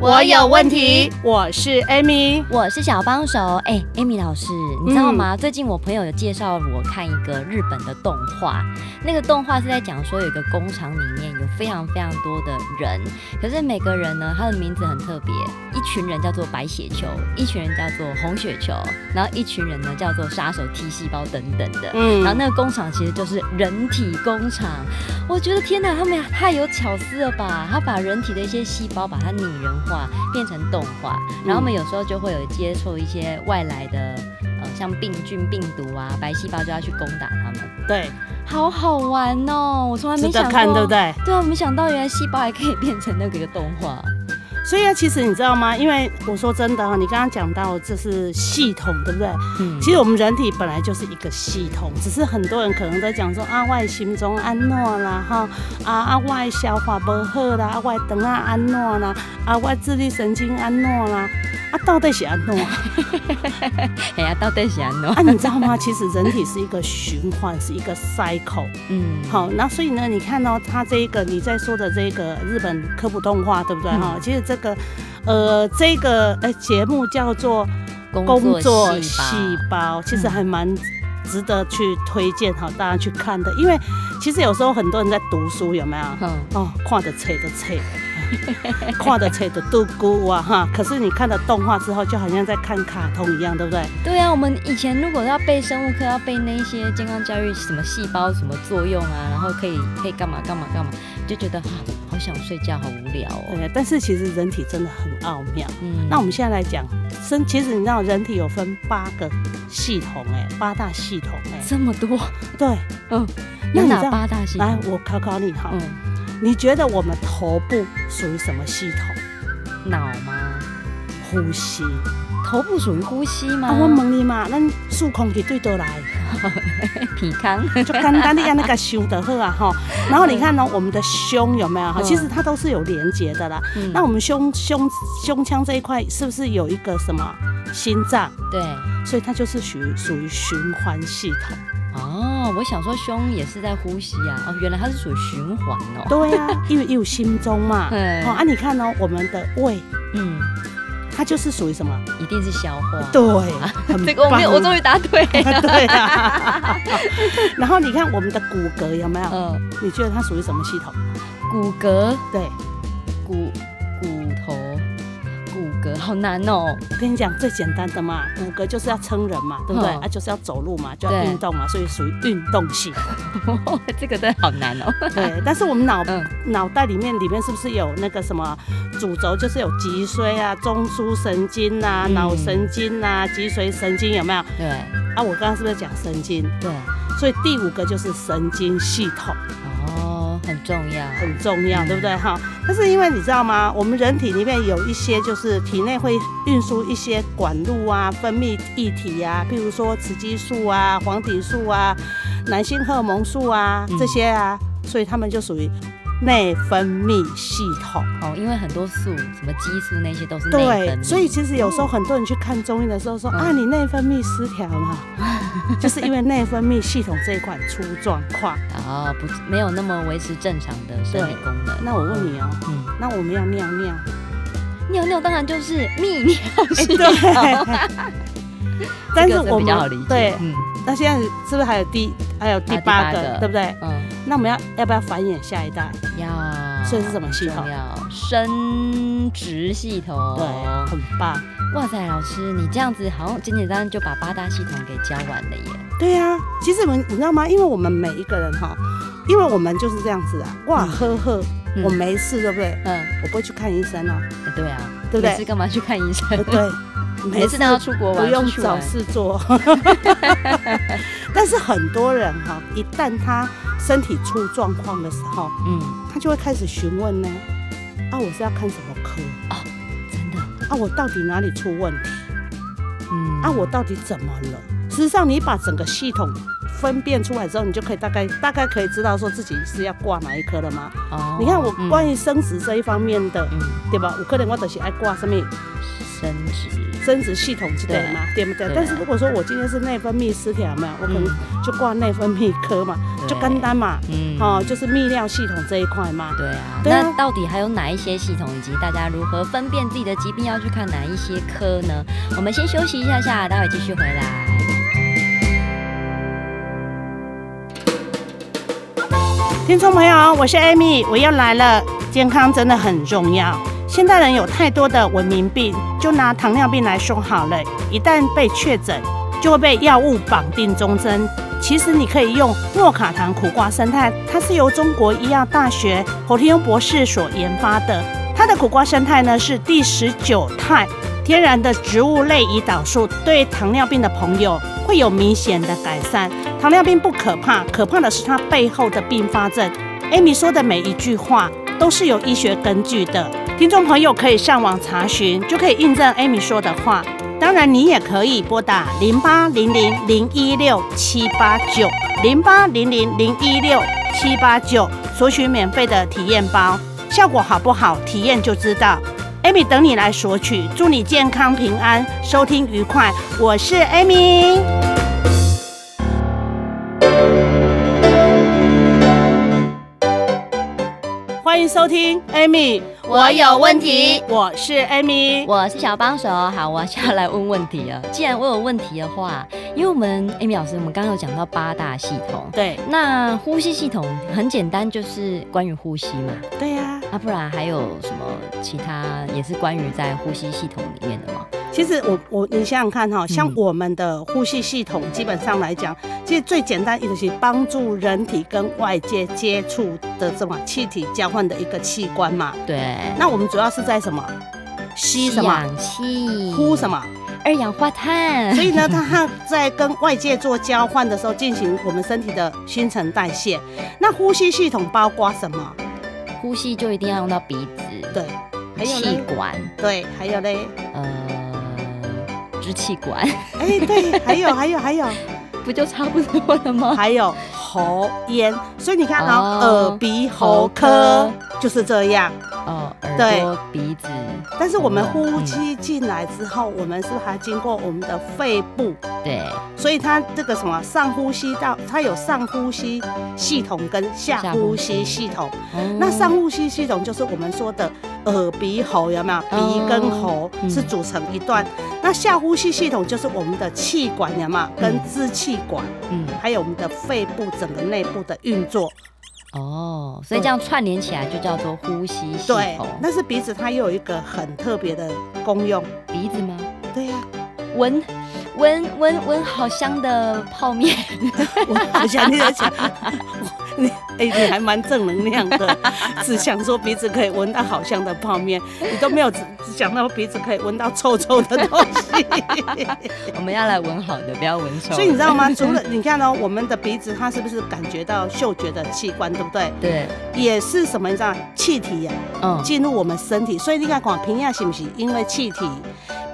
我有问题，我是 Amy。哎我是小帮手。哎、a m y 老师，你知道吗？最近我朋友有介绍我看一个日本的动画，那个动画是在讲说有一个工厂里面有非常非常多的人，可是每个人呢，他的名字很特别，一群人叫做白血球，一群人叫做红血球，然后一群人呢叫做杀手 T 细胞等等的。嗯然后那个工厂其实就是人体工厂，我觉得天哪，他们也太有巧思了吧！他把人体的一些细胞把它拟人化，变成动画，然嗯后我们有时候就会有接触一些外来的，呃，像病菌、病毒啊，白细胞就要去攻打它们，对，好好玩哦！我从来值没想得过，看，对不？对？对啊，没想到原来细胞还可以变成那个动画，所以啊，其实你知道吗？因为我说真的哈、你刚刚讲到这是系统，对不对？嗯其实我们人体本来就是一个系统，只是很多人可能在讲说啊，外心中安诺啦，哈啊啊外消化不好啦，啊外等啊安诺啦，啊外自律神经安诺啦，啊到底是安诺？哎呀，到底是安喏，啊，你知道 吗？其实人体是一个循环，是一个 cycle。嗯，好，那所以呢，你看到它这一个你在说的这个日本科普动画，对不对嗯哈、其实这个，呃，这个呃节目叫做工作细细胞，胞，嗯其实还蛮值得去推荐哈，大家去看的。因为其实有时候很多人在读书，有没有？嗯，哦，看的册的册，看的册的度孤啊哈。可是你看了动画之后，就好像在看卡通一样，对不对？对啊，我们以前如果要背生物课，要背那一些健康教育什么细胞什么作用啊，然后可以可以干嘛干嘛干嘛，就觉得啊，好想睡觉，好无聊哦。对。但是其实人体真的很奥妙。嗯那我们现在来讲，身其实你知道，人体有分八个系统、哎，八大系统、哎，这么多，对，嗯，那有你知哪道？八大系来统？，我考考你哈，嗯，你觉得我们头部属于什么系统？脑吗？呼吸。头部属于呼吸吗？啊，我问你嘛，咱数空气对倒来， 皮 康，就简单的按那个想就好啊哈。然后你看呢，我们的胸有没有哈？嗯其实它都是有连接的啦。嗯那我们胸胸胸腔这一块是不是有一个什么心脏？对所以它就是属于属于循环系统。哦，我想说胸也是在呼吸啊，哦，原来它是属于循环哦。对呀、啊，因为也有心中嘛。 对好、啊，你看哦，我们的胃，嗯，它就是属于什么？一定是消化。对，很 这个我没有，棒我终于答对 了。对啊。 然后你看我们的骨骼有没有？嗯，你觉得它属于什么系统？骨骼。对，骨骨头、骨骼，好难哦。 我跟你讲最简单的嘛，骨骼就是要撑人嘛，对不对？嗯啊，就是要走路嘛，就要对运动嘛，所以属于运动 系统。这个真的好难哦。对，但是我们脑嗯脑袋里面里面是不是有那个什么主轴，就是有脊髓啊、中枢神经啊、嗯脑神经啊、脊髓神经有没有？对啊，我刚刚是不是讲神经？ 对，啊所以第五个就是神经系统哦，很重要。很重要，嗯对不对哈？但是因为你知道吗？我们人体里面有一些就是体内会运输一些管路啊、分泌液体啊，譬如说雌激素啊、黄体素啊、男性荷尔蒙素啊嗯这些啊，所以它们就属于内分泌系统。哦，因为很多素，什么激素那些都是内对分，泌。所以其实有时候很多人去看中医的时候说、嗯啊，你内分泌失调嘛，就是因为内分泌系统这一块出状况。哦，不没有那么维持正常的生理功能。那我问你哦、嗯，那我们要尿 尿。哦尿尿当然就是泌尿系统，哎对。 但是啊这个我比们较好理解。对，嗯那现在是不是还有第还有第八八个，个对不对？嗯，那我们要要不要繁衍下一代？要。所以是什么系统重要生殖系统。对，很棒。哇塞，老师，你这样子好像简简单单就把八大系统给教完了耶。对呀、啊，其实我们你知道吗？因为我们每一个人哈，因为我们就是这样子啊，哇嗯呵呵，嗯我没事，对不对？嗯，我不会去看医生啊，对啊，对不没事对？干嘛去看医生？呃对， 每次都要出国不玩，用出去找玩。事 做。 但是很多人哈，一旦他身体出状况的时候，嗯，他就会开始询问呢，啊，我是要看什么科？这啊，我到底哪里出问题？嗯啊，我到底怎么了？事实上，你把整个系统分辨出来之后，你就可以大概大概可以知道说自己是要挂哪一科了吗？哦你看我嗯关于生殖这一方面的，嗯对吧？有可能我就是爱挂什么生殖，生殖系统之类的嘛，对不对对？但是如果说我今天是内分泌失调嘛，我可能嗯就挂内分泌科嘛，就对肝，单嘛，嗯哦，就是泌尿系统这一块嘛。对啊，对啊那到底还有哪一些系统，以及大家如何分辨自己的疾病，要去看哪一些科呢？我们先休息一下下，待会继续回来。听众朋友，我是 Amy，我又来了。健康真的很重要。现代人有太多的文明病，就拿糖尿病来说好了，一旦被确诊，就会被药物绑定终身。其实你可以用诺卡糖苦瓜生态，它是由中国医药大学侯天庸博士所研发的。它的苦瓜生态呢是第十九肽天然的植物类胰岛素，对糖尿病的朋友会有明显的改善。糖尿病不可怕，可怕的是它背后的并发症。Amy 说的每一句话都是有医学根据的，听众朋友可以上网查询，就可以印证 Amy 说的话。当然，你也可以拨打零八零零零一六七八九零八零零零一六七八九索取免费的体验包，效果好不好，体验就知道。Amy 等你来索取，祝你健康平安，收听愉快。我是 Amy。欢迎收听 Amy，我有问题，我是 Amy，我是小帮手，好，我要来问问题了。既然我有问题的话，因为我们 Amy 老师，我们刚刚有讲到八大系统，对那呼吸系统很简单，就是关于呼吸嘛，对呀、啊，不然还有什么其他也是关于在呼吸系统里面的吗？其实我我你想想看哈、像嗯我们的呼吸系统，基本上来讲，其实最简单一个是帮助人体跟外界接触的这么气体交换的一个器官嘛。对，那我们主要是在什么吸什么氧气，呼什么，二氧化碳，所以呢，它和在跟外界做交换的时候，进行我们身体的新陈代谢。那呼吸系统包括什么？呼吸就一定要用到鼻子、对，还有气嘞，管，对，还有嘞，呃，支气管， 哎、对，还有还有还有。不就差不多了吗？还有喉咽，所以你看啊、哦耳鼻喉科就是这样。哦，耳对朵、鼻子，但是我们哦呼吸进来之后，我们是不是还经过我们的肺部？对，所以它这个什么上呼吸道，它有上呼吸系统跟下下呼呼吸吸系统。哦那上呼吸系统就是我们说的耳鼻喉，有没有？鼻跟喉嗯是组成一段。那下呼吸系统就是我们的气管，有没有？跟嗯支气管，嗯，还有我们的肺部整个内部的运作。哦，所以这样串联起来就叫做呼吸系嗯对统，。但是鼻子它又有一个很特别的功用。鼻子吗？对呀、闻闻闻闻好香的泡面， 我我想你在想，我你哎、你还蛮正能量的，只想说鼻子可以闻到好香的泡面，你都没有只只想到鼻子可以闻到臭臭的东西。我们要来闻好的，不要闻臭的。所以你知道吗？除了你看哦，我们的鼻子它是不是感觉到嗅觉的器官，对不对？对，也是什么？你知道气体呀、嗯，进入我们身体，所以你看广平亚是不是因为气体，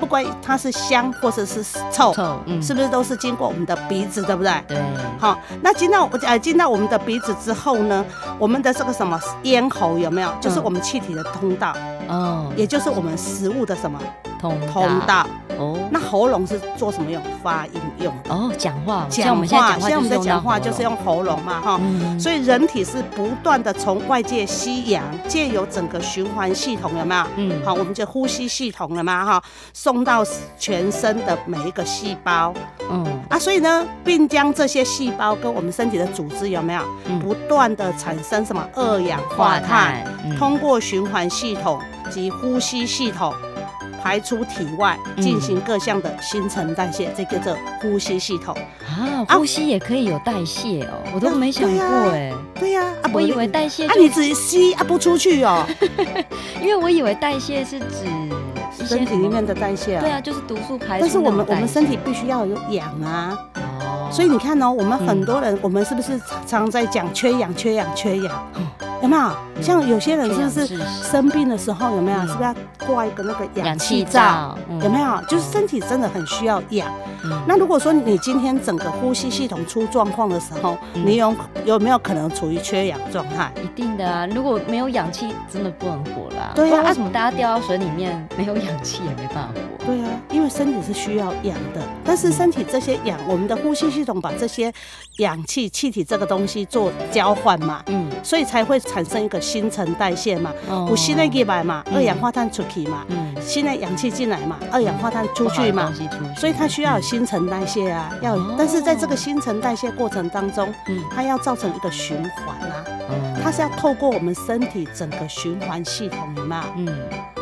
不管它是香或者是臭。臭，嗯，是不是都是经过我们的鼻子，对不对？对，好，那进到我呃进到我们的鼻子之后呢，我们的这个什么咽喉有没嗯有？就是我们气体的通道，哦，也就是我们食物的什么通通道。哦，那喉咙是做什么用？发音用的。哦，讲话，像我们现在讲话，像我们在讲话就是，用喉咙嘛，哈。嗯，所以人体是不断的从外界吸氧，借由整个循环系统有没有？嗯，好，我们就呼吸系统了嘛，哈，送到全身的每一个细胞。嗯，啊，所以呢，并将这些细胞跟我们身体的组织有没有嗯不断的产生什么二氧化碳，，嗯通过循环系统及呼吸系统排出体外，嗯进行各项的新陈代谢，这个叫做呼吸系统。啊，啊呼吸也可以有代谢哦，我都没想对过啊哎，对呀、啊，我不以然为你代谢啊，就你只吸啊不出去哦，因为我以为代谢是指一些身体什么里面的代谢啊。对啊，就是毒素排出那种代谢。但是我们我们身体必须要有氧啊，哦，所以你看哦，我们嗯很多人，我们是不是常常在讲缺氧、缺氧、缺氧？哦哎、有没有？像有些人缺是不氧是致死生病的时候有没有？嗯是不是要挂一个那个氧氧气气罩？罩，嗯有没？有？就是身体真的很需要氧。嗯那如果说你今天整个呼吸系统出状况的时候，嗯你有有没有可能处于缺氧状态？一定的啊，如果没有氧气，真的不能活啦。对啊不然啊为什么大家掉到水里面没有氧气也没办法活？对啊，因为身体是需要氧的，但是身体这些氧，我们的呼吸系统把这些氧气、气体这个东西做交换嘛，嗯，所以才会产生一个新陈代谢嘛，哦有新的入来嘛，嗯二氧化碳出去嘛，嗯，新的氧气进来嘛，二氧化碳出去不好的嘛东，西出去所以它需要有新陈代谢啊，要有哦，但是在这个新陈代谢过程当中，嗯它要造成一个循环啊，嗯它是要透过我们身体整个循环系统嘛嗯，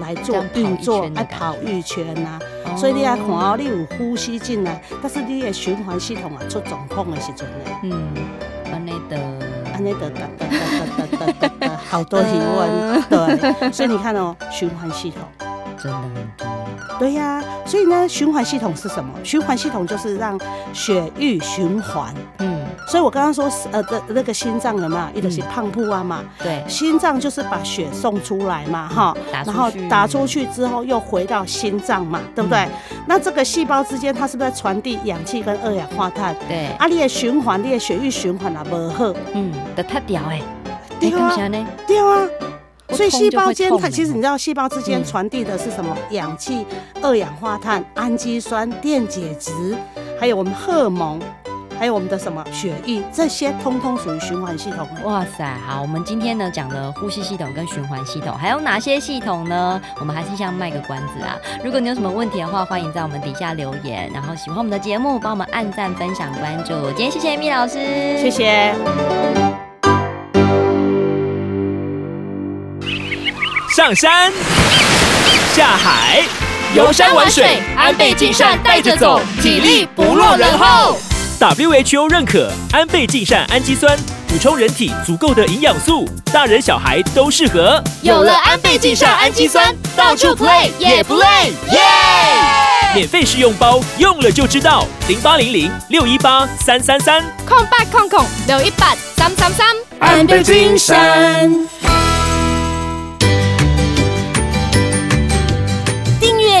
来做这样跑一运作圈，的来感跑一圈呐、啊。哦所以你啊看哦，你有呼吸进来，但是你的循环系统啊出状况的时阵呢，嗯，安内的安尼得得得得得得得得好多疑嗯问，对，所以你看哦，循环系统，真的很重要。对呀、所以呢，循环系统是什么？循环系统就是让血液循环，嗯，所以我刚刚说呃的那个心脏了嘛，一个是嗯胖扑啊嘛，对，心脏就是把血送出来嘛，哈，嗯打出然后去嗯打出去之后又回到心脏嘛，对不对？那这个细胞之间它是不是在传递氧气跟二氧化碳？对，啊，你的循环，你的血液循环啊无好，嗯，的太屌哎，对啊啥呢？对啊。我所以痛细就会胞间痛它呢其实你知道，细胞之间嗯传递的是什么？氧气、二氧化碳、氨基酸、电解质，还有我们荷尔蒙，还有我们的什么血液，这些通通属于循环系统的。哇塞，好，我们今天呢讲了呼吸系统跟循环系统，还有哪些系统呢？我们还是先卖个关子啊。如果你有什么问题的话，欢迎在我们底下留言。然后喜欢我们的节目，帮我们按赞、分享、关注。今天谢谢米老师，谢谢。上山，下海，游山玩水，安倍晋善带着走，体力不落人后。 WHO 认可安倍晋善氨基酸，补充人体足够的营养素，大人小孩都适合。有了安倍晋善氨基酸，到处 play 也不累，耶！免费试用包，用了就知道。零八零零六一八三三三。空八空空六一八三三三。安倍晋三。订阅